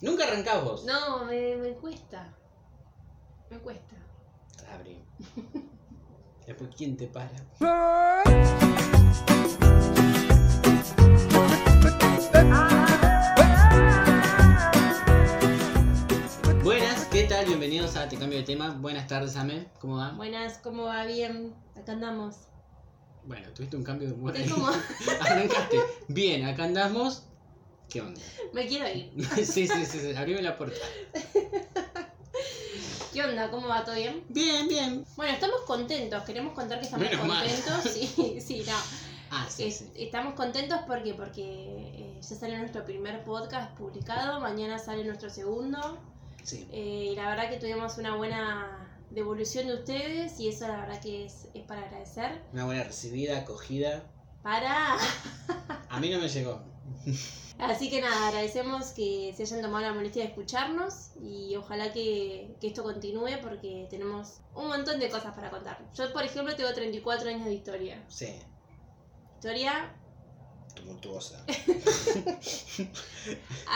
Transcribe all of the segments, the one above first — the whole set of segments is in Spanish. Nunca arrancás vos. No, eh, me, me cuesta. Me cuesta. Abrí. Después, ¿quién te para? Buenas, ¿qué tal? Bienvenidos a Te Cambio de Tema. Buenas tardes, Amé. ¿Cómo va? Buenas, ¿cómo va? Bien, acá andamos. Bueno, tuviste un cambio de humor Es ahí. como, Arrancaste. Bien, acá andamos. ¿Qué onda? me quiero ir. sí, sí, sí, sí. Abrime la puerta. ¿Qué onda? ¿Cómo va? ¿Todo bien? Bien, bien. Bueno, estamos contentos. Queremos contar que estamos Menos mal. contentos. Sí, sí, no. Ah, sí, Es- sí. Estamos contentos porque, porque eh, ya sale nuestro primer podcast publicado. Mañana sale nuestro segundo. Sí. Eh, y la verdad que tuvimos una buena devolución de ustedes y eso la verdad que es, es para agradecer. Una buena recibida, acogida. Para. A mí no me llegó. Así que nada, agradecemos que se hayan tomado la molestia de escucharnos y ojalá que, que esto continúe porque tenemos un montón de cosas para contar. Yo, por ejemplo, tengo 34 años de historia. Sí. Historia Tumultuosa.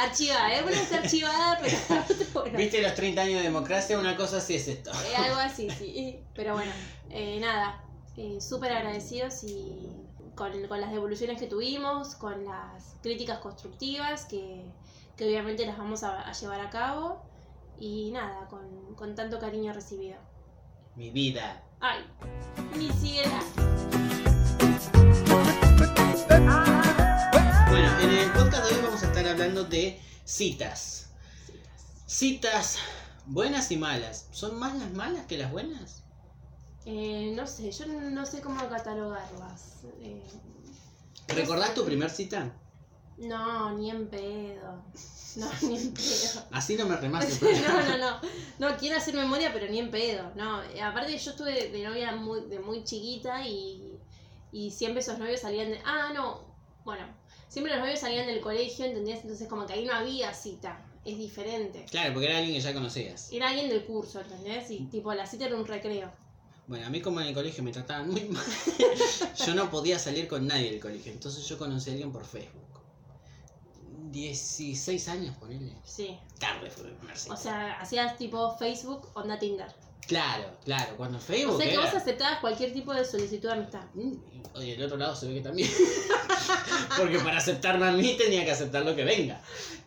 archivada, ¿eh? Una está archivada, pero la otra, bueno, ¿Viste los 30 años de democracia? Una cosa así es esto. eh, algo así, sí. Pero bueno, eh, nada, eh, súper agradecidos y con, con las devoluciones que tuvimos, con las críticas constructivas que, que obviamente las vamos a, a llevar a cabo y nada, con, con tanto cariño recibido. Mi vida. Ay, mi ciela. Bueno, en el podcast de hoy vamos a estar hablando de citas. Citas buenas y malas. ¿Son más las malas que las buenas? Eh, no sé, yo no sé cómo catalogarlas. Eh, ¿Recordás tu primer cita? no, ni en pedo. No, ni en pedo. Así no me remas el no, programa. no, no. No, quiero hacer memoria, pero ni en pedo. No, eh, aparte yo estuve de novia muy, de muy chiquita y, y siempre esos novios salían de... Ah, no. Bueno, siempre los novios salían del colegio, ¿entendías? Entonces como que ahí no había cita. Es diferente. Claro, porque era alguien que ya conocías. Era alguien del curso, ¿entendés? Y tipo, la cita era un recreo. Bueno, a mí como en el colegio me trataban muy mal, yo no podía salir con nadie del colegio. Entonces yo conocí a alguien por Facebook. 16 años, ponele. Sí. Tarde fue mi primer cita. O sea, hacías tipo Facebook, onda Tinder. Claro, claro, cuando Facebook. O sea que era- vos aceptabas cualquier tipo de solicitud de amistad. Mm, Oye, del otro lado se ve que también. Porque para aceptarme a mí tenía que aceptar lo que venga.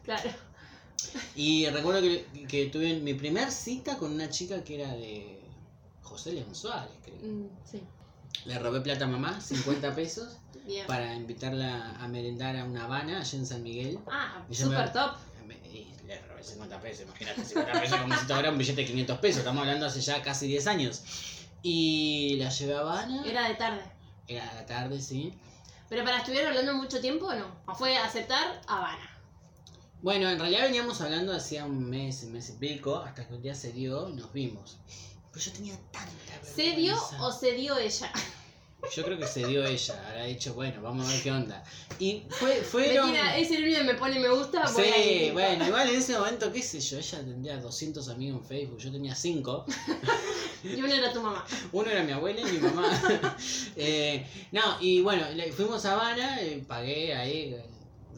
Claro. Y recuerdo que, que tuve mi primer cita con una chica que era de José León Suárez, creo. Mm, sí. Le robé plata a mamá, 50 pesos, Bien. para invitarla a merendar a una Habana allá en San Miguel. Ah, Y yo super me- top. Me- Y le robé 50 pesos, imagínate, 50 pesos como si tuviera un billete de 500 pesos. Estamos hablando hace ya casi 10 años. Y la llevé a Habana. Era de tarde. Era a la tarde, sí. Pero para estuvieron hablando mucho tiempo o no. O fue aceptar Habana. Bueno, en realidad veníamos hablando hacía un mes, un mes y pico, hasta que un día se dio y nos vimos. Pero yo tenía tanta vergüenza. ¿Se dio o se dio ella? Yo creo que se dio ella, habrá dicho, bueno, vamos a ver qué onda. Y fue, fueron... Mentira, es el único que me pone me gusta. voy Sí, ahí. bueno, igual en ese momento, qué sé yo, ella tendría 200 amigos en Facebook, yo tenía 5. Y uno era tu mamá. Uno era mi abuela y mi mamá. Eh, no, y bueno, le- fuimos a Habana, eh, pagué ahí, eh,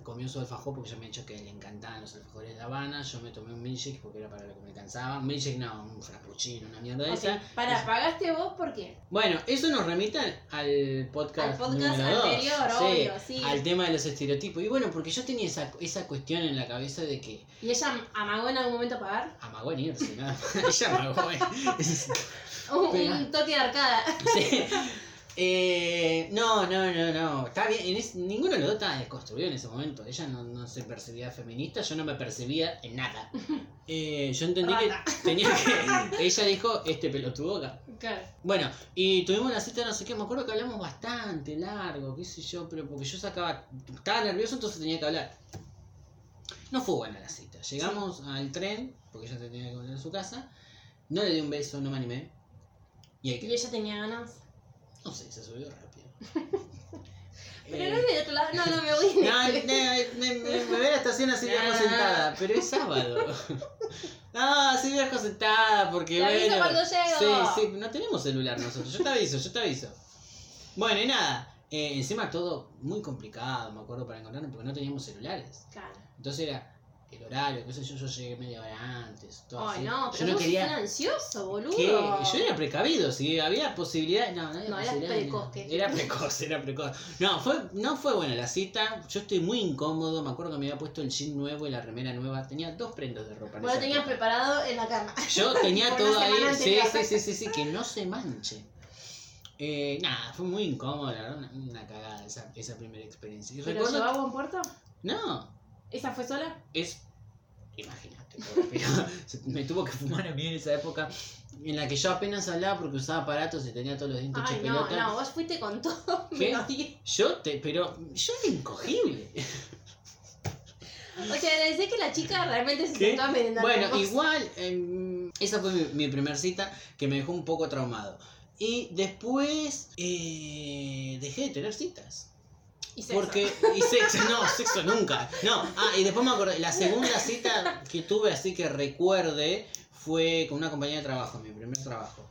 comió su alfajor porque yo me he dicho que le encantaban los alfajores de Habana. Yo me tomé un milkshake porque era para lo que me cansaba. Un milkshake, no, un frappuccino, una mierda de Ok, esa. Para, ¿pagaste vos por qué? Bueno, eso nos remita al podcast, Al podcast número dos, anterior, sí, obvio, sí. Al tema de los estereotipos. Y bueno, porque yo tenía esa, esa cuestión en la cabeza de que ¿Y ella amagó en algún momento pagar? amagó en irse, nada más. Ella amagó en- Un, Pero- un toque de arcada. Sí. Eh, no, no, no, no. Está bien. en es- ninguno de los dos estaba desconstruido en ese momento. Ella no, no se percibía feminista, yo no me percibía en nada. Eh, yo entendí Rata. que tenía que. Ella dijo, este pelotudo acá. Claro. Bueno, y tuvimos una cita, no sé qué, me acuerdo que hablamos bastante largo, qué sé yo, pero porque yo sacaba, estaba nervioso, entonces tenía que hablar. No fue buena la cita. Llegamos al tren, porque ella se tenía que volver a su casa. No le di un beso, no me animé. Y ahí quedó. Y ella tenía ganas. Eh. No sé, se subió rápido. Pero Eh, no es de otro lado. No, no me voy. no, no, me, me- me ve la estación así viejo No. sentada, pero es sábado. No, así viejo sentada, porque Te aviso bueno. cuando llego. Sí, sí, no tenemos celular nosotros, yo te aviso, yo te aviso. Bueno, y nada, eh, encima todo muy complicado, me acuerdo, para encontrarnos, porque no teníamos celulares. Claro. Entonces era, el horario, qué sé yo, yo llegué media hora antes. Todo Ay, así. no, pero yo no vos sos quería. tan ansioso, boludo. ¿Qué? Yo era precavido, si había posibilidad. No, no, había No, eras posibilidad de precoz, nada. ¿qué? Era precoz, era precoz. No, fue, no fue buena la cita. Yo estoy muy incómodo. Me acuerdo que me había puesto el jean nuevo y la remera nueva. Tenía dos prendas de ropa. en Vos lo esa tenías época. preparado en la cama. Yo tenía Por todo una ahí, semana sí, anterior. sí, sí, sí, sí, que no se manche. Eh, nada, fue muy incómodo, la verdad, una, una cagada esa, esa primera experiencia. Y ¿Pero recuerdo. llevaba a buen puerto? No, ¿Esa fue sola? es. Imagínate, pobre piba, se- me tuvo que fumar a mí en esa época en la que yo apenas hablaba porque usaba aparatos y tenía todos los dientes Ay, no, chepelota. no, vos fuiste con todo. ¿Qué? menos diez. Yo te. Pero yo era incogible. O sea, agradecí que la chica realmente se ¿Qué? sentó a merendar. con Bueno, vos. igual, eh, esa fue mi, mi primer cita que me dejó un poco traumado. Y después eh, dejé de tener citas. Y sexo. Porque. Y sexo, no, sexo nunca. No, ah, y después me acordé, la segunda cita que tuve, así que recuerde, fue con una compañía de trabajo, mi primer trabajo.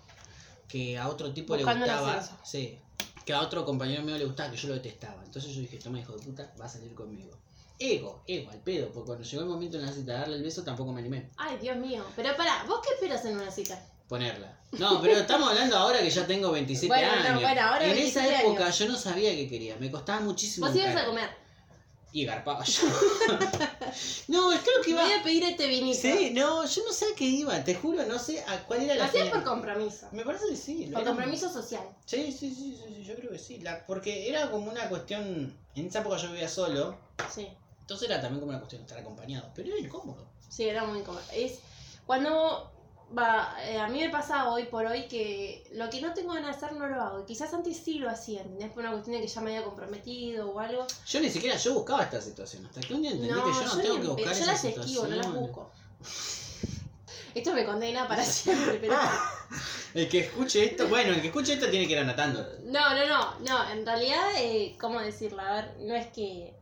Que a otro tipo Buscando el le gustaba. ascenso. Sí. Que a otro compañero mío le gustaba, que yo lo detestaba. Entonces yo dije, toma hijo de puta, va a salir conmigo. Ego, ego, al pedo, porque cuando llegó el momento en la cita de darle el beso tampoco me animé. Ay, Dios mío. Pero pará, ¿vos qué esperas en una cita? Ponerla. No, pero estamos hablando ahora que ya tengo 27 Bueno, no, años. bueno, ahora en esa 27 época años. yo no sabía qué quería, me costaba muchísimo. Vos ibas encarar. a comer. Y garpaba yo. no, creo que Te iba. voy a pedir este vinito. Sí, no, yo no sé a qué iba, te juro, no sé a cuál era Lo la hacías final. por compromiso. Me parece que sí. lo Por era- compromiso social. Sí, sí, sí, sí, sí, yo creo que sí. la- Porque era como una cuestión. En esa época yo vivía solo, Sí. entonces era también como una cuestión de estar acompañado, pero era incómodo. Sí, era muy incómodo. Es cuando va, eh, a mí me pasa hoy por hoy que lo que no tengo ganas de hacer no lo hago. Y Quizás antes sí lo hacía, ¿entendés? Por una cuestión de que ya me había comprometido o algo. Yo ni siquiera yo buscaba esta situación, hasta que un día entendí que yo no yo tengo ni- que buscar yo esa las situación. esquivo, no las busco. Esto me condena para siempre, pero... El que escuche esto, bueno, el que escuche esto tiene que ir anotando. No, no, no, no, en realidad, eh, ¿cómo decirlo? A ver, no es que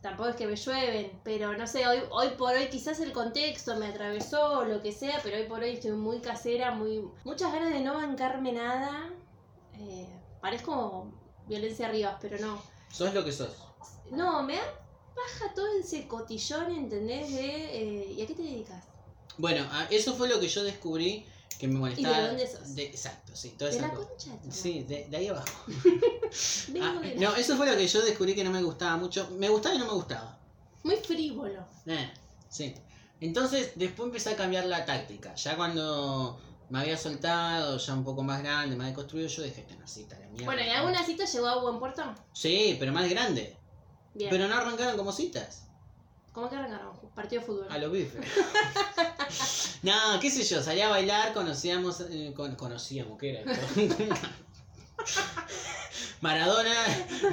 tampoco es que me llueven, pero no sé, hoy, hoy por hoy quizás el contexto me atravesó o lo que sea, pero hoy por hoy estoy muy casera, muy muchas ganas de no bancarme nada. Eh, parezco violencia arriba, pero no. Sos lo que sos. No, me da baja todo ese cotillón, ¿entendés? De, eh, ¿Y a qué te dedicas? Bueno, a- eso fue lo que yo descubrí que me molestaba. dónde sos? De- exacto, sí, toda De esa la cosa. concha. de tu Sí, de, de ahí abajo. madre. Vengo Ah, de la- no, eso fue lo que yo descubrí que no me gustaba mucho. Me gustaba y no me gustaba. Muy frívolo. Eh, sí. Entonces, después empecé a cambiar la táctica. Ya cuando me había soltado, ya un poco más grande, más deconstruido, yo dejé de tener cita, la mierda. Bueno, ¿en alguna cita llegó a buen puerto? Sí, pero más grande. Bien. Pero no arrancaron como citas. ¿Cómo que arrancaron? Partido de fútbol. A los bifes. no, qué sé yo, salía a bailar, conocíamos, eh, con- conocíamos, ¿qué era esto? Maradona,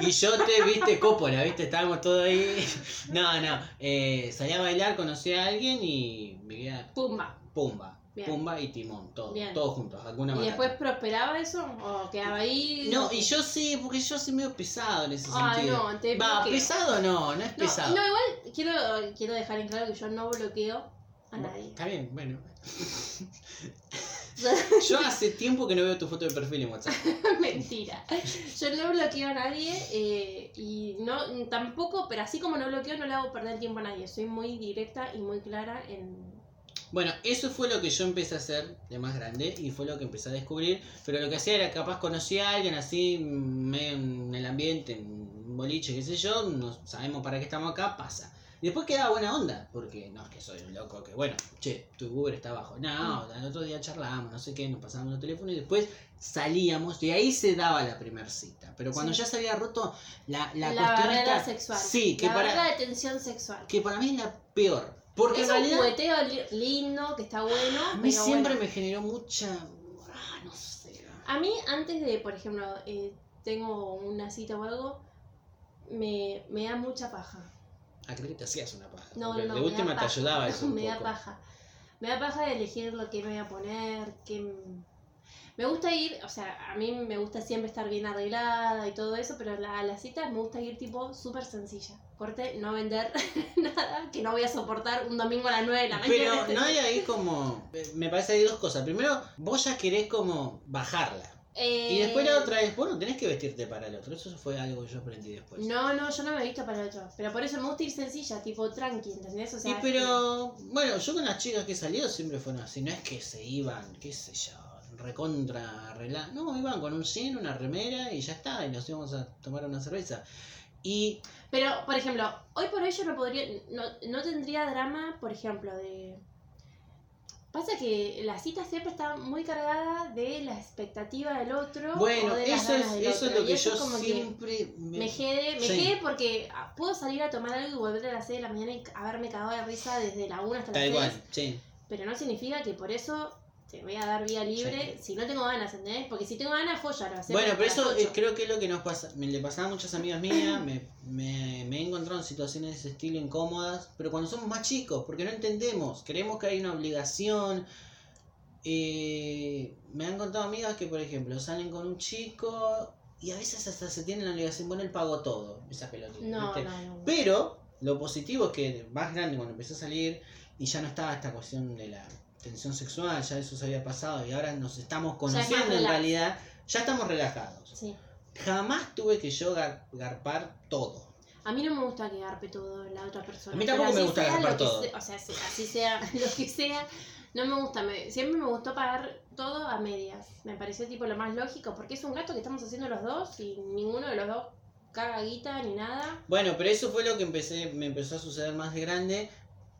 Guillote, viste, Coppola, viste, estábamos todos ahí. No, no, eh, salía a bailar, conocí a alguien y vivía Pumba. Pumba, Bien. Pumba y Timón, todos, Bien. todos juntos, alguna ¿Y manera. después prosperaba eso? ¿O quedaba ahí? No, y yo sí, porque yo soy medio pesado en ese Ah, sentido. no, te Va, bloqueo. pesado no, no es No, pesado. no, igual quiero, quiero dejar en claro que yo no bloqueo a nadie. Está bien, bueno. Yo hace tiempo que no veo tu foto de perfil en WhatsApp. Mentira. Yo no bloqueo a nadie eh, y no tampoco, pero así como no bloqueo, no le hago perder tiempo a nadie. Soy muy directa y muy clara en... Bueno, eso fue lo que yo empecé a hacer de más grande y fue lo que empecé a descubrir. Pero lo que hacía era capaz conocía a alguien así mm, medio en el ambiente, en un boliche, qué sé yo, no sabemos para qué estamos acá, pasa. Y después quedaba buena onda, porque no es que soy un loco que, bueno, che, tu Uber está abajo. No, Mm. el otro día charlábamos, no sé qué, nos pasábamos los teléfonos y después salíamos y ahí se daba la primer cita. Pero cuando Sí. ya se había roto la, la, La, cuestión barrera esta- sexual. Sí, que la para- barrera de tensión sexual. que para mí es la peor. Porque es en realidad... un jugueteo li- lindo, que está bueno. A mí pero siempre bueno. me generó mucha. Ah, no sé. A mí, antes de, por ejemplo, eh, tengo una cita o algo, me, me da mucha paja. Ah, creo que te hacías una paja. No, porque no, de me da última te paja. ayudaba No, eso. un me da poco. paja. Me da paja de elegir lo que me voy a poner, que Me gusta ir, o sea, a mí me gusta siempre estar bien arreglada y todo eso, pero la- a las citas me gusta ir tipo súper sencilla. Corte, no vender nada, que no voy a soportar un domingo a las 9 de la mañana. eh, Pero no hay ahí como. Me parece que hay dos cosas. Primero, vos ya querés como bajarla. Eh, Y después la otra es, vos no tenés que vestirte para el otro. Eso fue algo que yo aprendí después. No, no, yo no me he visto para el otro. Pero por eso me gusta ir sencilla, tipo tranqui, ¿entendés? O sea, y pero, bueno, yo con las chicas que he salido siempre fueron así. No es que se iban, qué sé yo, recontra arreglar. No, iban con un jean, una remera y ya está. Y nos íbamos a tomar una cerveza. Y Pero, por ejemplo, hoy por hoy yo no podría, no, no tendría drama, por ejemplo, de... Pasa que la cita siempre está muy cargada de la expectativa del otro. bueno, o de las eso es, ganas del eso es otro, lo y que yo como que siempre me- Me jede, me Sí. jede porque ah, puedo salir a tomar algo y volver a las 6 de la mañana y haberme cagado de risa desde la 1 hasta las Tal 6. cual, sí. Pero no significa que por eso te voy a dar vía libre si no tengo ganas, ¿entendés? Porque si tengo ganas, joya, lo hacemos. Bueno, pero hasta eso las eh, ocho. creo que es lo que nos pasa. Me le pasaba a muchas amigas mías, me, me, me he encontrado en situaciones de ese estilo incómodas, pero cuando somos más chicos, porque no entendemos, creemos que hay una obligación. Eh, me han contado amigas que, por ejemplo, salen con un chico y a veces hasta se tienen la obligación, bueno, él pagó todo, esa pelotita. No, ¿viste? no, no. Pero lo positivo es que más grande cuando empecé a salir y ya no estaba esta cuestión de la tensión sexual, ya eso se había pasado y ahora nos estamos es más conociendo en relax. realidad, ya estamos relajados. Sí. Jamás tuve que yo gar- garpar todo. A mí no me gusta que garpe todo la otra persona. A mí tampoco pero me así gusta sea garpar lo que todo. se- o sea, sí, así sea lo que sea. No me gusta, me- siempre me gustó pagar todo a medias. Me pareció tipo lo más lógico, porque es un gasto que estamos haciendo los dos y ninguno de los dos caga guita ni nada. Bueno, pero eso fue lo que empecé, me empezó a suceder más de grande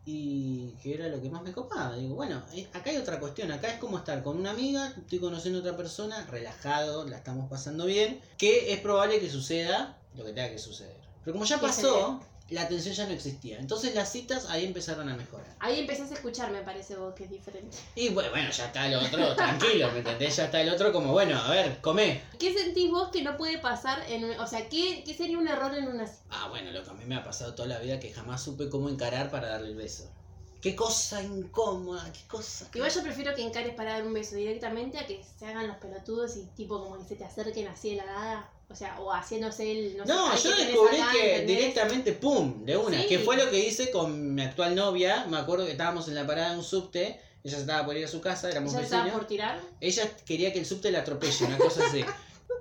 y que era lo que más me copaba. Digo, bueno, eh, acá hay otra cuestión, acá es como estar con una amiga, estoy conociendo a otra persona, relajado, la estamos pasando bien, que es probable que suceda lo que tenga que suceder. Pero como ya Que se pasó, la tensión ya no existía. Entonces las citas ahí empezaron a mejorar. Ahí empezás a escuchar, me parece vos, que es diferente. Y bueno, bueno, ya está el otro, tranquilo, ¿me entendés? Ya está el otro como, bueno, a ver, comé. ¿Qué sentís vos que no puede pasar en... O sea, ¿qué, qué sería un error en una cita? Ah, bueno, lo que a mí me ha pasado toda la vida que jamás supe cómo encarar para darle el beso. Qué cosa incómoda, qué cosa. Igual yo prefiero que encares para dar un beso directamente a que se hagan los pelotudos y tipo como que se te acerquen así helada. O sea, o haciéndose el... No, sé, No, ay, yo ¿qué tenés descubrí acá? que ¿Entendés? directamente, ¡pum! De una. Sí. Que fue lo que hice con mi actual novia. Me acuerdo que estábamos en la parada de un subte. Ella se estaba por ir a su casa, éramos ¿Ya estaba vecinos. por tirar? Ella quería que el subte la atropelle, una cosa así.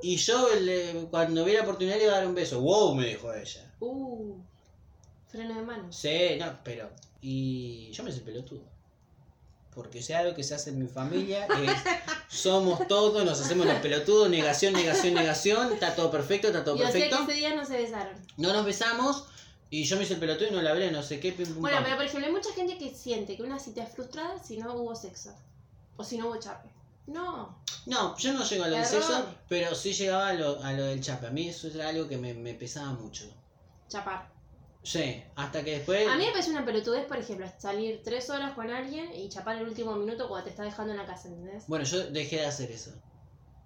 Y yo, le- cuando vi la oportunidad, le iba a dar un beso. ¡Wow! Me dijo ella. Uh, freno de manos. Sí, no, pero. Y yo me hice pelotudo. Porque si hay algo que se hace en mi familia es. somos todos, nos hacemos los pelotudos, negación, negación, negación. Está todo perfecto, está todo Y o sea que perfecto. ese día no se besaron. No nos besamos y yo me hice el pelotudo y no la hablé, no sé qué, pim, pum, Bueno, pam. pero por ejemplo, hay mucha gente que siente que una cita es frustrada si no hubo sexo. O si no hubo chape. No. No, yo no llego al Error. sexo, pero sí llegaba a lo, a lo del chape. A mí eso era algo que me, me pesaba mucho. Chapar. Sí, hasta que después. A mí me parece una pelotudez, por ejemplo, salir tres horas con alguien y chapar el último minuto cuando te está dejando en la casa, ¿entendés? Bueno, yo dejé de hacer eso.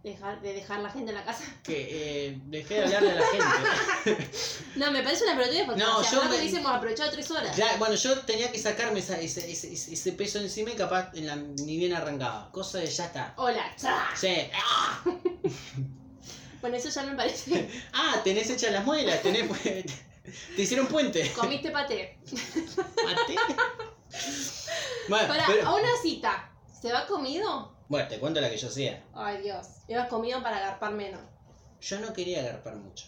Dejar, de dejar la gente en la casa. Que eh, dejé de hablarle a la gente. No, me parece una pelotudez porque No, o sea, yo no me- hubiésemos aprovechado tres horas. Ya, bueno, yo tenía que sacarme esa- ese, ese- ese- ese peso encima y capaz en la- ni bien arrancaba. Cosa de ya está. Hola, cha. Sí. ¡Ah! Bueno, eso ya me parece. Ah, tenés hechas las muelas, tenés pu- te, hicieron puente. Comiste paté. Mate. Bueno, Para, Ah, pero- a una cita, ¿se va comido? bueno, te cuento la que yo hacía. Ay, Dios. Ibas comido para agarpar menos. Yo no quería agarpar mucho.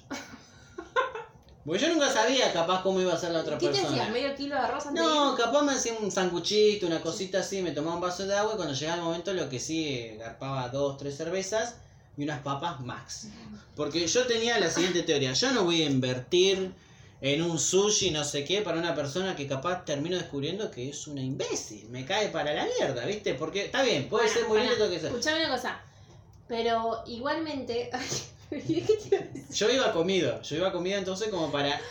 Porque yo nunca sabía capaz cómo iba a ser la otra ¿Qué te persona. hacías? ¿Medio kilo de arroz antes de No, ir? capaz me hacía un sanguchito, una cosita así, me tomaba un vaso de agua y cuando llegaba el momento lo que sí, eh, garpaba dos, tres cervezas y unas papas max. Porque yo tenía la siguiente teoría, yo no voy a invertir en un sushi, no sé qué, para una persona que capaz termino descubriendo que es una imbécil, me cae para la mierda, ¿viste? Porque está bien, puede Bueno, ser muy pará, Pues lindo que sea. Escuchame una cosa. Pero igualmente. Ay, ¿qué te iba a decir? Yo iba comido, yo iba comido entonces como para...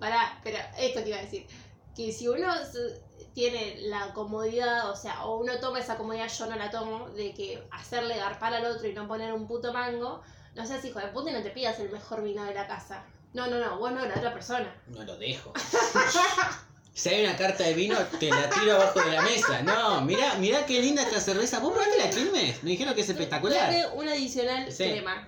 Pará, pero esto que iba a decir. Que si uno s- tiene la comodidad, o sea, o uno toma esa comodidad, yo no la tomo, de que hacerle garpar al otro y no poner un puto mango, no seas hijo de puta y no te pidas el mejor vino de la casa. No, no, no, vos no, la otra persona. No lo dejo. Si hay una carta de vino, te la tiro abajo de la mesa. No, mirá, mirá qué linda esta cerveza. ¿Vos probaste la Quilmes? Me dijeron que es espectacular. Dale un adicional Sí. crema.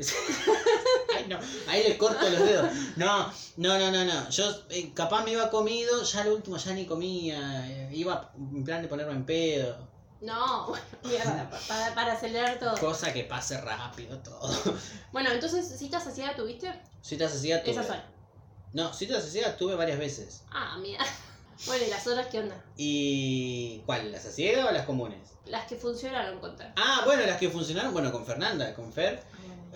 Ay, no. Ahí le corto los dedos. No, no, no, no, no. Yo eh, capaz me iba comido, ya lo último ya ni comía. eh, Iba en plan de ponerme en pedo. No, bueno, mierda, pa- para, para acelerar todo. Cosa que pase rápido todo. Bueno, entonces, ¿cita saciada tuviste? Cita asesina tuve. Esa sola. No, cita asesina tuve varias veces. Ah, mierda. Bueno, ¿y las otras qué onda? ¿Y cuál? ¿Las asiegas o las comunes? Las que funcionaron contar. Ah, bueno, las que funcionaron, bueno, con Fernanda, con Fer.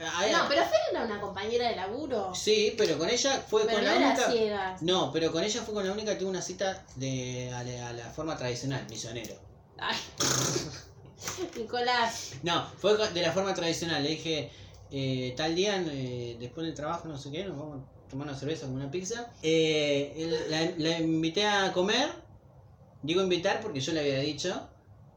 Ah, No, era- pero Fer era una compañera de laburo. Sí, pero con ella fue Pero con no la era única. ciegas. No, pero con ella fue con la única que tuve una cita de, a, la, a la forma tradicional, misionero. Ay. Nicolás, No, fue con- de la forma tradicional. Le dije, eh, tal día, eh, después del trabajo, no sé qué, nos vamos a tomar una cerveza, como una pizza. Eh, él- la, la invité a comer. Digo invitar porque yo le había dicho.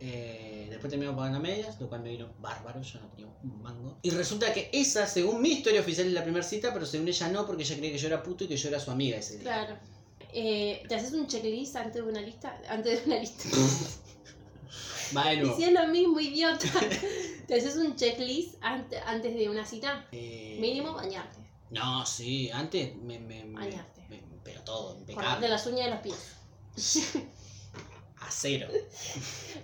eh, después terminamos pagando medias, lo cual me vino bárbaro, yo no tenía un mango. Y resulta que esa, según mi historia oficial, es la primera cita, pero según ella no, porque ella creía que yo era puto y que yo era su amiga ese día. claro. Eh, ¿Te haces un checklist antes de una lista? Antes de una lista. Va de nuevo. Si es lo mismo, idiota. ¿Te haces un checklist ante- antes de una cita? Eh, Mínimo bañarte. No, sí, antes me. me, me- Bañarte. me- pero todo, Oh, Cortarte impecable. las uñas de los pies. A cero.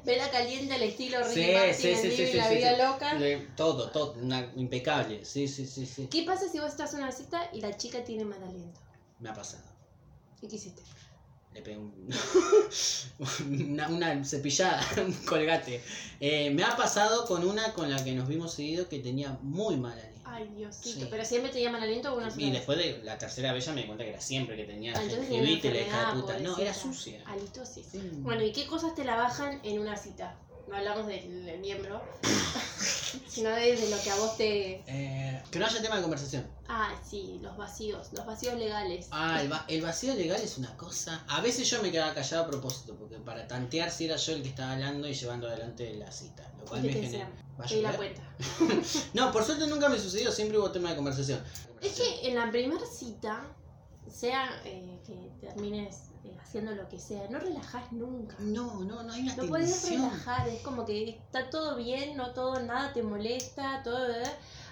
Vela caliente al estilo Ricky Sí, Martin sí, en sí, sí, Living sí, la sí, vida sí. loca. Le- Todo, todo, una- impecable. Sí, sí, sí, sí. ¿Qué pasa si vos estás en una cita y la chica tiene mal aliento? Me ha pasado. ¿Y qué hiciste? Le pegué un- una, una cepillada, un colgate. Eh, me ha pasado con una con la que nos vimos seguido que tenía muy mala línea. Ay, Diosito. Sí. Pero siempre tenía mal aliento o una Y sola vez? después de la tercera vez ya me di cuenta que era siempre que tenía Ah, entonces tenía una gengivite la hija de enfermedad, puta. No, era pobrecita. sucia. Halitosis. Sí. Bueno, ¿y qué cosas te la bajan en una cita? No hablamos del, del miembro, sino de, de lo que a vos te... Eh, que no haya tema de conversación. Ah, sí, los vacíos, los vacíos legales. Ah, el, va- el vacío legal es una cosa. A veces yo me quedaba callado a propósito, porque para tantear si era yo el que estaba hablando y llevando adelante la cita. Lo cual ¿Qué me te genera. decían? ¿Va a Pedí la llover? cuenta. No, por suerte nunca me sucedió, siempre hubo tema de conversación. Es que en la primera cita, sea eh, que termines eh, haciendo lo que sea, no relajás nunca. No, no, no hay una No puedes tensión. relajar, es como que está todo bien, no todo, nada te molesta, todo... eh.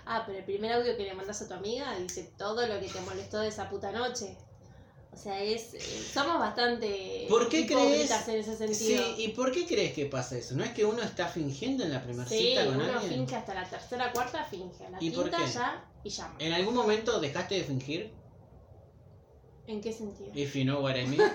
Ah, pero el primer audio que le mandas a tu amiga dice todo lo que te molestó de esa puta noche. O sea, es eh, somos bastante ¿Por qué hipócritas crees- en ese Sí, sentido. ¿y por qué crees que pasa eso? ¿No es que uno está fingiendo en la primera Sí, cita con uno alguien? finge hasta la tercera, cuarta finge, a la ¿Y por quinta qué? Eh, ya y llama. ¿En algún momento dejaste de fingir? ¿En qué sentido? If you know what I mean.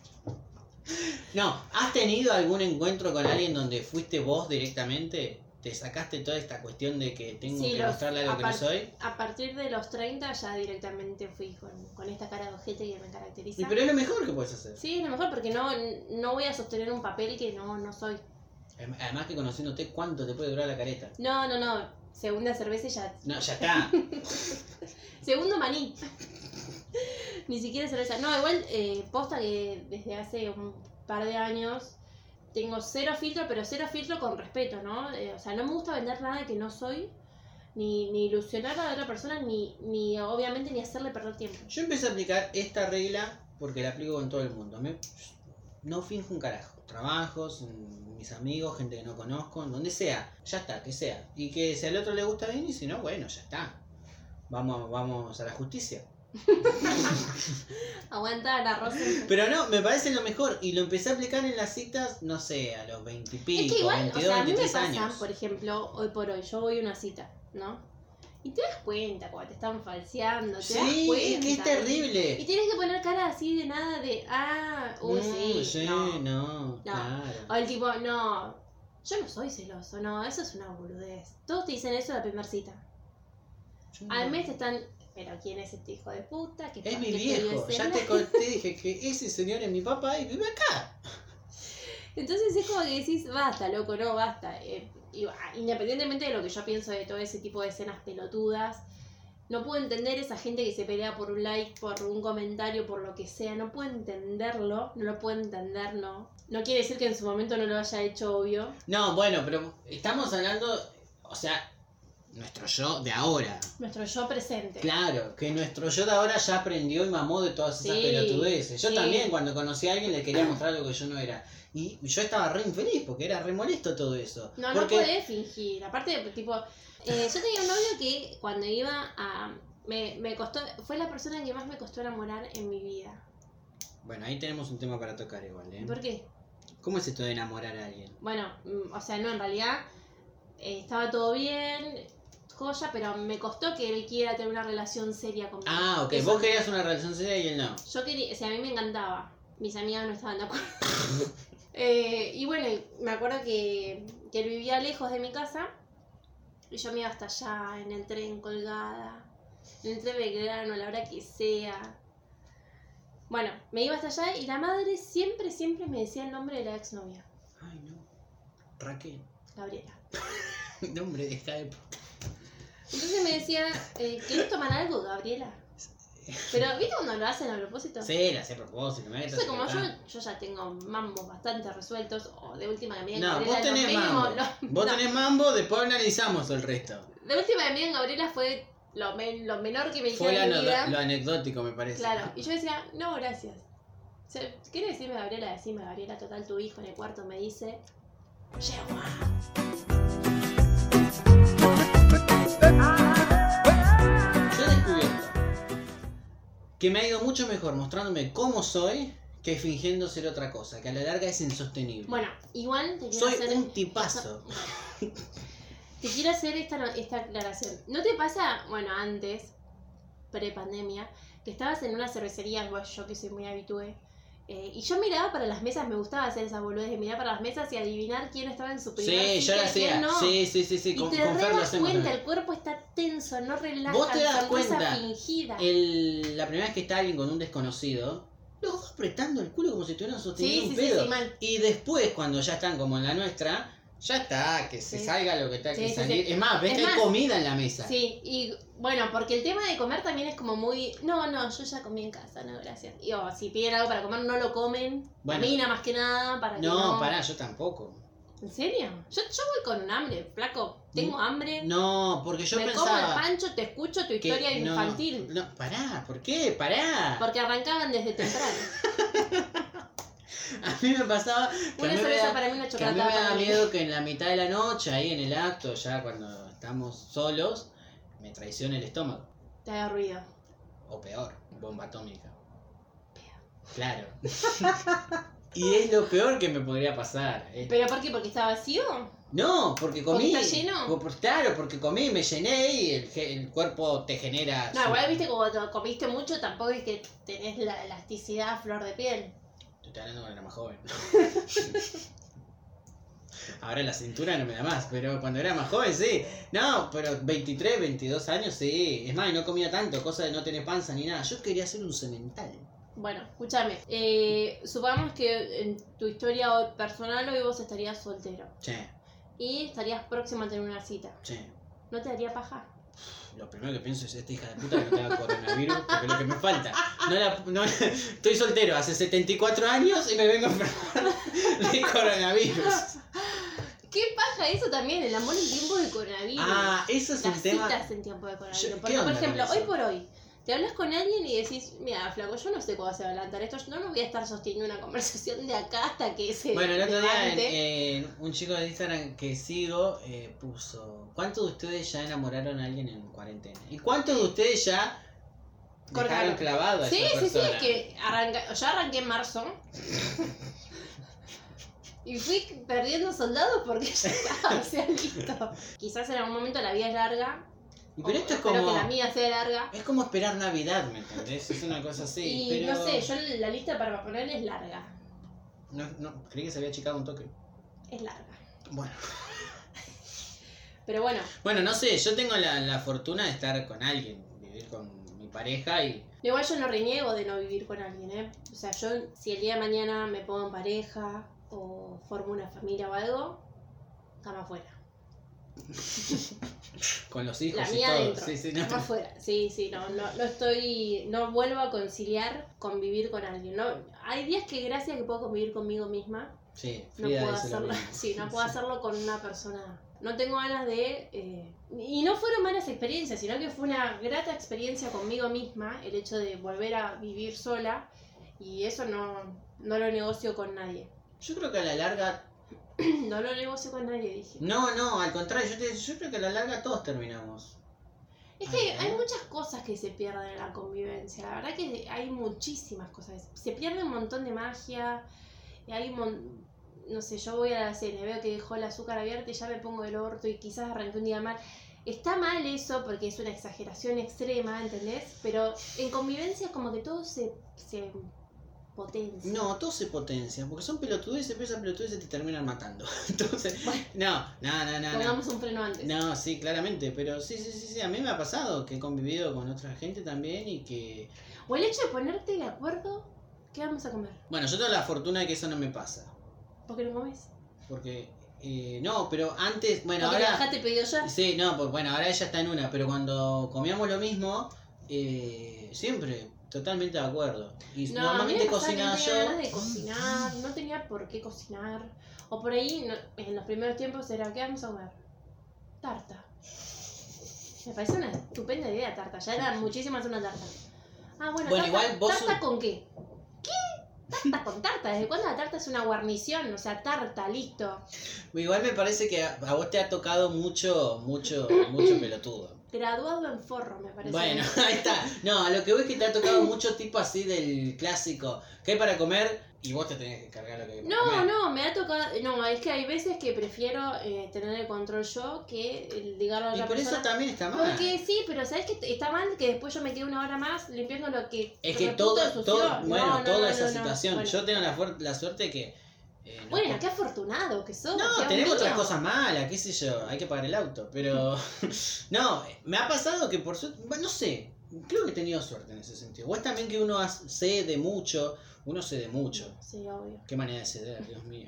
no, ¿has tenido algún encuentro con alguien donde fuiste vos directamente? ¿Te sacaste toda esta cuestión de que tengo Sí, que los- mostrarle algo que no aparte- soy? A partir de los 30 ya directamente fui con, con esta cara de ojete que me caracteriza. Y, pero es lo mejor que puedes hacer. Sí, a lo mejor porque no, no voy a sostener un papel que no, no soy. Adem- Además que conociéndote, ¿cuánto te puede durar la careta? No, no, no. Segunda cerveza y ya. No, ya está. Segundo maní. Ni siquiera cerveza. No, igual eh, posta que desde hace un par de años tengo cero filtro, pero cero filtro con respeto, ¿no? Eh, o sea, no me gusta vender nada que no soy, ni, ni ilusionar a la otra persona, ni, ni obviamente ni hacerle perder tiempo. Yo empecé a aplicar esta regla porque la aplico con todo el mundo. Me- no finjo un carajo. Trabajos, mm, mis amigos, gente que no conozco, en donde sea. Ya está, que sea. Y que si al otro le gusta bien y si no, bueno, ya está. Vamos, vamos a la justicia. Aguanta la rosa. Pero no, me parece lo mejor. Y lo empecé a aplicar en las citas, no sé, a los 20 y pico, Es que igual, 22, o sea, a mí me 23 pasa, años. por ejemplo, hoy por hoy, yo voy a una cita, ¿no? Y te das cuenta cuando te están falseando, te das Sí, cuenta. es que es Y terrible. tienes que poner cara así de nada de, ah, uy, sí, Mm, sí, no. no, claro. O el tipo, no, yo no soy celoso, no, eso es una boludez. Todos te dicen eso en la primera cita. Yo Al no. mes te están, pero ¿quién es este hijo de puta? ¿Qué Es pa- mi qué viejo, estudió ese ya nene?" te conté, dije que ese señor es mi papá y vive acá. Entonces es como que decís, basta, loco, no, basta. Eh, y, ah, independientemente de lo que yo pienso de todo ese tipo de escenas pelotudas, no puedo entender esa gente que se pelea por un like, por un comentario, por lo que sea. No puedo entenderlo, no lo puedo entender, no. No quiere decir que en su momento no lo haya hecho obvio. No, bueno, pero estamos hablando, o sea, nuestro yo de ahora. Nuestro yo presente. Claro, que nuestro yo de ahora ya aprendió y mamó de todas esas Sí, pelotudeces. Yo sí. también cuando conocí a alguien le quería mostrar algo que yo no era. Y yo estaba re infeliz porque era re molesto todo eso. No, no porque podés fingir. Aparte, tipo, eh, yo tenía un novio que cuando iba a... Me, me costó, fue la persona que más me costó enamorar en mi vida. Bueno, ahí tenemos un tema para tocar igual, ¿eh? ¿Por qué? ¿Cómo es esto de enamorar a alguien? Bueno, mm, o sea, no, en realidad eh, estaba todo bien, joya, pero me costó que él quiera tener una relación seria conmigo. Ah, ok. Eso Vos no- querías una relación seria y él no. Yo quería, o sea, a mí me encantaba. Mis amigas no estaban de acuerdo. Eh, y bueno, me acuerdo que, que él vivía lejos de mi casa y yo me iba hasta allá en el tren colgada, en el tren Belgrano, a la hora que sea. Bueno, me iba hasta allá y la madre siempre, siempre me decía el nombre de la exnovia, Ay, no. Raquel. Gabriela. De hombre de esta época. Entonces me decía, eh, ¿querés tomar algo, Gabriela? Pero, ¿viste cuando lo hacen a propósito? Sí, la hacía a propósito. Me Entonces, como yo, yo ya tengo mambos bastante resueltos, o de última que me digan No, Gabriela, vos lo tenés mínimo, mambo. lo- Vos no. tenés mambo, después analizamos el resto. De última que me digan Gabriela fue lo, me- lo menor que me Fue dijeron lo, en mi ano- vida. lo anecdótico, me parece. Claro, y yo decía, no, gracias. O sea, ¿querés decirme Gabriela? Decime Gabriela, total tu hijo en el cuarto me dice, yegua. Yo he descubierto que me ha ido mucho mejor mostrándome cómo soy que fingiendo ser otra cosa, que a la larga es insostenible. Bueno, igual te quiero soy hacer... un tipazo. Te quiero hacer esta, no- esta aclaración. ¿No te pasa, bueno, antes, pre-pandemia, que estabas en una cervecería, igual yo que soy muy habitué, eh, y yo miraba para las mesas, me gustaba hacer esas boludeces, de mirar para las mesas y adivinar quién estaba en su Sí, primer yo sitio lo y quién hacía. no. Sí, sí, sí, sí. y Con, te con re Fer lo das hacemos cuenta, también. el cuerpo está tenso, no relaja, Vos te das sonrisa cuenta. fingida. El- la primera vez que está alguien con un desconocido, los dos apretando el culo como si estuvieran sosteniendo Sí, un sí, sí, pedo. sí, mal. Y después, cuando ya están como en la nuestra, ya está, que se Sí. salga lo que tenga Sí, que sí, salir. sí. Es más, ves Es que más- hay comida en la mesa. Sí, y bueno, porque el tema de comer también es como muy. No, no, yo ya comí en casa, no, gracias. Y o si piden algo para comer, no lo comen. Bueno. Camina más que nada para que. No, pará, yo tampoco. ¿En serio? Yo, yo voy con un hambre, flaco. Tengo hambre. No, porque yo me como el pensaba. pancho, te escucho tu que- historia no, infantil. No, pará, ¿por qué? Pará. Porque arrancaban desde temprano. A mí me pasaba. que a Una mí me cerveza da- para mí, una Que a mí chocolatada me para da mí. miedo que en la mitad de la noche, ahí en el acto, ya cuando estamos solos, me traicione el estómago. Te haga ruido. O peor, bomba atómica. Claro. y es lo peor que me podría pasar. Es- ¿Pero por qué? ¿Porque está vacío? No, porque comí. ¿Porque está lleno? Co- por- Claro, porque comí, me llené y el, ge- el cuerpo te genera. No, su- igual viste como te- comiste mucho, tampoco es que tenés la elasticidad a flor de piel. Estoy hablando con la más joven. Ahora la cintura no me da más, pero cuando era más joven sí. No, pero 23, 22 años sí. Es más, no comía tanto, cosa de no tener panza ni nada. Yo quería ser un cemental. Bueno, escúchame. eh, supongamos que en tu historia hoy- personal hoy vos estarías soltero. Che, Y estarías próximo a tener una cita. che. ¿No te daría paja? Lo primero que pienso es esta hija de puta que no tenga coronavirus, porque es lo que me falta. No la- no- estoy soltero hace 74 años y me vengo a enfermar de coronavirus. ¿Qué paja eso también? El amor en tiempo de coronavirus. Ah, eso es las un tema. citas en tiempo de coronavirus. Yo- ¿qué Porque, por onda con ejemplo, eso? hoy por hoy, te hablas con alguien y decís, mira, flaco, yo no sé cuándo se va a adelantar esto, yo no, no voy a estar sosteniendo una conversación de acá hasta que se Bueno, el otro día en- levante". en un chico de Instagram que sigo eh, puso, ¿cuántos de ustedes ya enamoraron a alguien en cuarentena? ¿Y cuántos de ustedes ya Cortaron. dejaron clavado a Sí, esa sí, sí, persona? es que arranca, yo arranqué en marzo. Y fui perdiendo soldados porque ya estaba, o sea, listo. Quizás en algún momento la vida es larga. Y o Pero esto es espero como, que la mía sea larga. es como esperar Navidad, ¿me entendés? Es una cosa así, y pero... no sé, yo la lista para poner es larga. No, no, creí que se había achicado un toque. Es larga. Bueno, Pero bueno, bueno no sé, yo tengo la, la fortuna de estar con alguien, vivir con mi pareja y... Igual yo no reniego de no vivir con alguien, ¿eh? O sea, yo si el día de mañana me pongo en pareja o formo una familia o algo, cama afuera. Con los hijos La y mía todo. adentro. Sí, sí, no. cama afuera. Sí, sí, no, no, no estoy, no vuelvo a conciliar convivir con alguien. No, hay días que gracias que puedo convivir conmigo misma, Sí, no Frida puedo dice lo hacerlo. mismo. Sí, no puedo hacerlo con una persona. No tengo ganas de. eh, y no fueron malas experiencias, sino que fue una grata experiencia conmigo misma el hecho de volver a vivir sola. Y eso no, no lo negocio con nadie. Yo creo que a la larga No lo negocio con nadie, dije. No, no, al contrario, yo, te- yo creo que a la larga todos terminamos. Es que hay Ajá. muchas cosas que se pierden en la convivencia. La verdad que hay muchísimas cosas. Se pierde un montón de magia. Y hay un mon- no sé, yo voy a la cena, veo que dejó el azúcar abierta y ya me pongo del orto y quizás arranqué un día mal. Está mal eso porque es una exageración extrema, ¿entendés? Pero en convivencia es como que todo se, se potencia. No, todo se potencia, porque son pelotudeces, pero esas pelotudeces te terminan matando. Entonces, no, no, no, no. no. Pongamos un freno antes. No, sí, claramente, pero sí, sí, sí, sí, a mí me ha pasado que he convivido con otra gente también y que... O el hecho de ponerte de acuerdo, ¿qué vamos a comer? Bueno, yo tengo la fortuna de que eso no me pasa, ¿Por qué no comes? porque... eh, no, pero antes, bueno, Porque te ahora... bajaste el pedido ya. Sí, no, pues bueno, ahora ella está en una, pero cuando comíamos lo mismo, eh, siempre, totalmente de acuerdo. Y No, a mí normalmente me pasaba que cocinaba no yo... tenía ganas de cocinar, no tenía por qué cocinar. O por ahí, no- en los primeros tiempos era, ¿qué vamos a comer? Tarta. Me parece una estupenda idea tarta, ya era muchísimas una tarta. Ah, Bueno, bueno, tarta, igual vos ¿tarta un- con qué? ¿Qué? Tarta con tarta, ¿desde cuándo la tarta es una guarnición? O sea, tarta, listo. Igual me parece que a, a vos te ha tocado mucho, mucho, mucho pelotudo. Graduado en forro, me parece. Bueno, ahí está. No, a lo que voy es que te ha tocado mucho tipo así del clásico. ¿Qué hay para comer? Y vos te tenés que cargar lo que hay para No, comer. no, me ha tocado. No, es que hay veces que prefiero eh, tener el control yo que el ligarlo a Y otra por persona. eso también está mal. Porque sí, pero ¿sabes que está mal que después yo me quede una hora más limpiando lo que... es lo que puto todo, ensució? todo No, bueno, no, toda no, esa no, no. situación. Bueno, Yo tengo la, fuer- la suerte que. eh, no- Bueno, qué afortunado que sos. No, qué tenemos bonito. otras cosas malas, qué sé yo, hay que pagar el auto, pero no, me ha pasado que por suerte, bueno, no sé, creo que he tenido suerte en ese sentido. O es también que uno hace- cede mucho, uno cede mucho. Sí, obvio. Qué manera de ceder, Dios mío.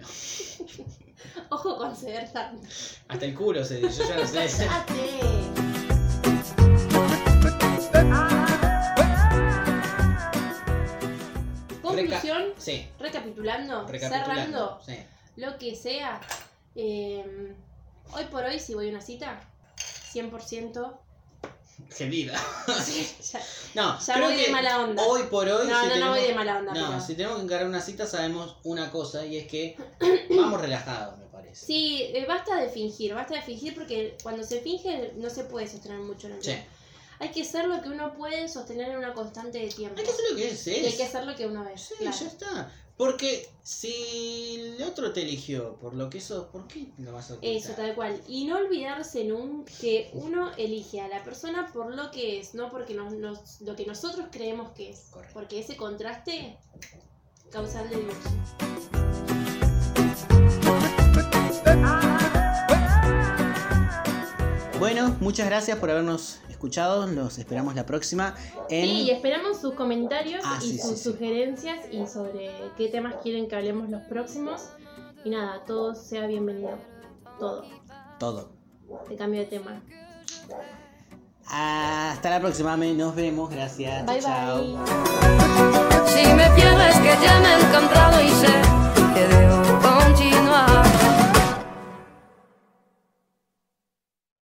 Ojo con ceder tanto. Hasta el culo cede, yo ya lo sé. Cállate. Conclusión, Sí, recapitulando, cerrando, recapitulando. Sí. lo que sea. eh, hoy por hoy, si voy a una cita, 100%. Gelida. sí, ya No, ya Ah, creo voy de que mala onda. hoy por hoy no, si no, no tenemos- voy de mala onda. No, pero- si tenemos que encarar una cita sabemos una cosa y es que vamos relajados, me parece. Sí, eh, basta de fingir, basta de fingir porque cuando se finge no se puede sostener mucho en el Sí. tiempo. Hay que ser lo que uno puede sostener en una constante de tiempo. Hay que hacer lo que es, Y hay es. que hacer lo que uno es. Sí, claro. ya está. Porque si el otro te eligió por lo que sos, ¿por qué lo vas a ocultar? Eso, tal cual. Y no olvidarse nunca que uno elige a la persona por lo que es, no porque nos, nos- lo que nosotros creemos que es. Correcto. Porque ese contraste causa el divorcio. Bueno, muchas gracias por habernos escuchado. Los esperamos la próxima en... Sí, y esperamos sus comentarios Ah, y sí, sus sí, sí. sugerencias y sobre qué temas quieren que hablemos los próximos. Y nada, todo sea bienvenido. Todo. Todo. Te cambio de tema. Hasta la próxima, Ame. Nos vemos. Gracias. Bye Chao. bye. Si me pierdes que ya me he encontrado y sé que debo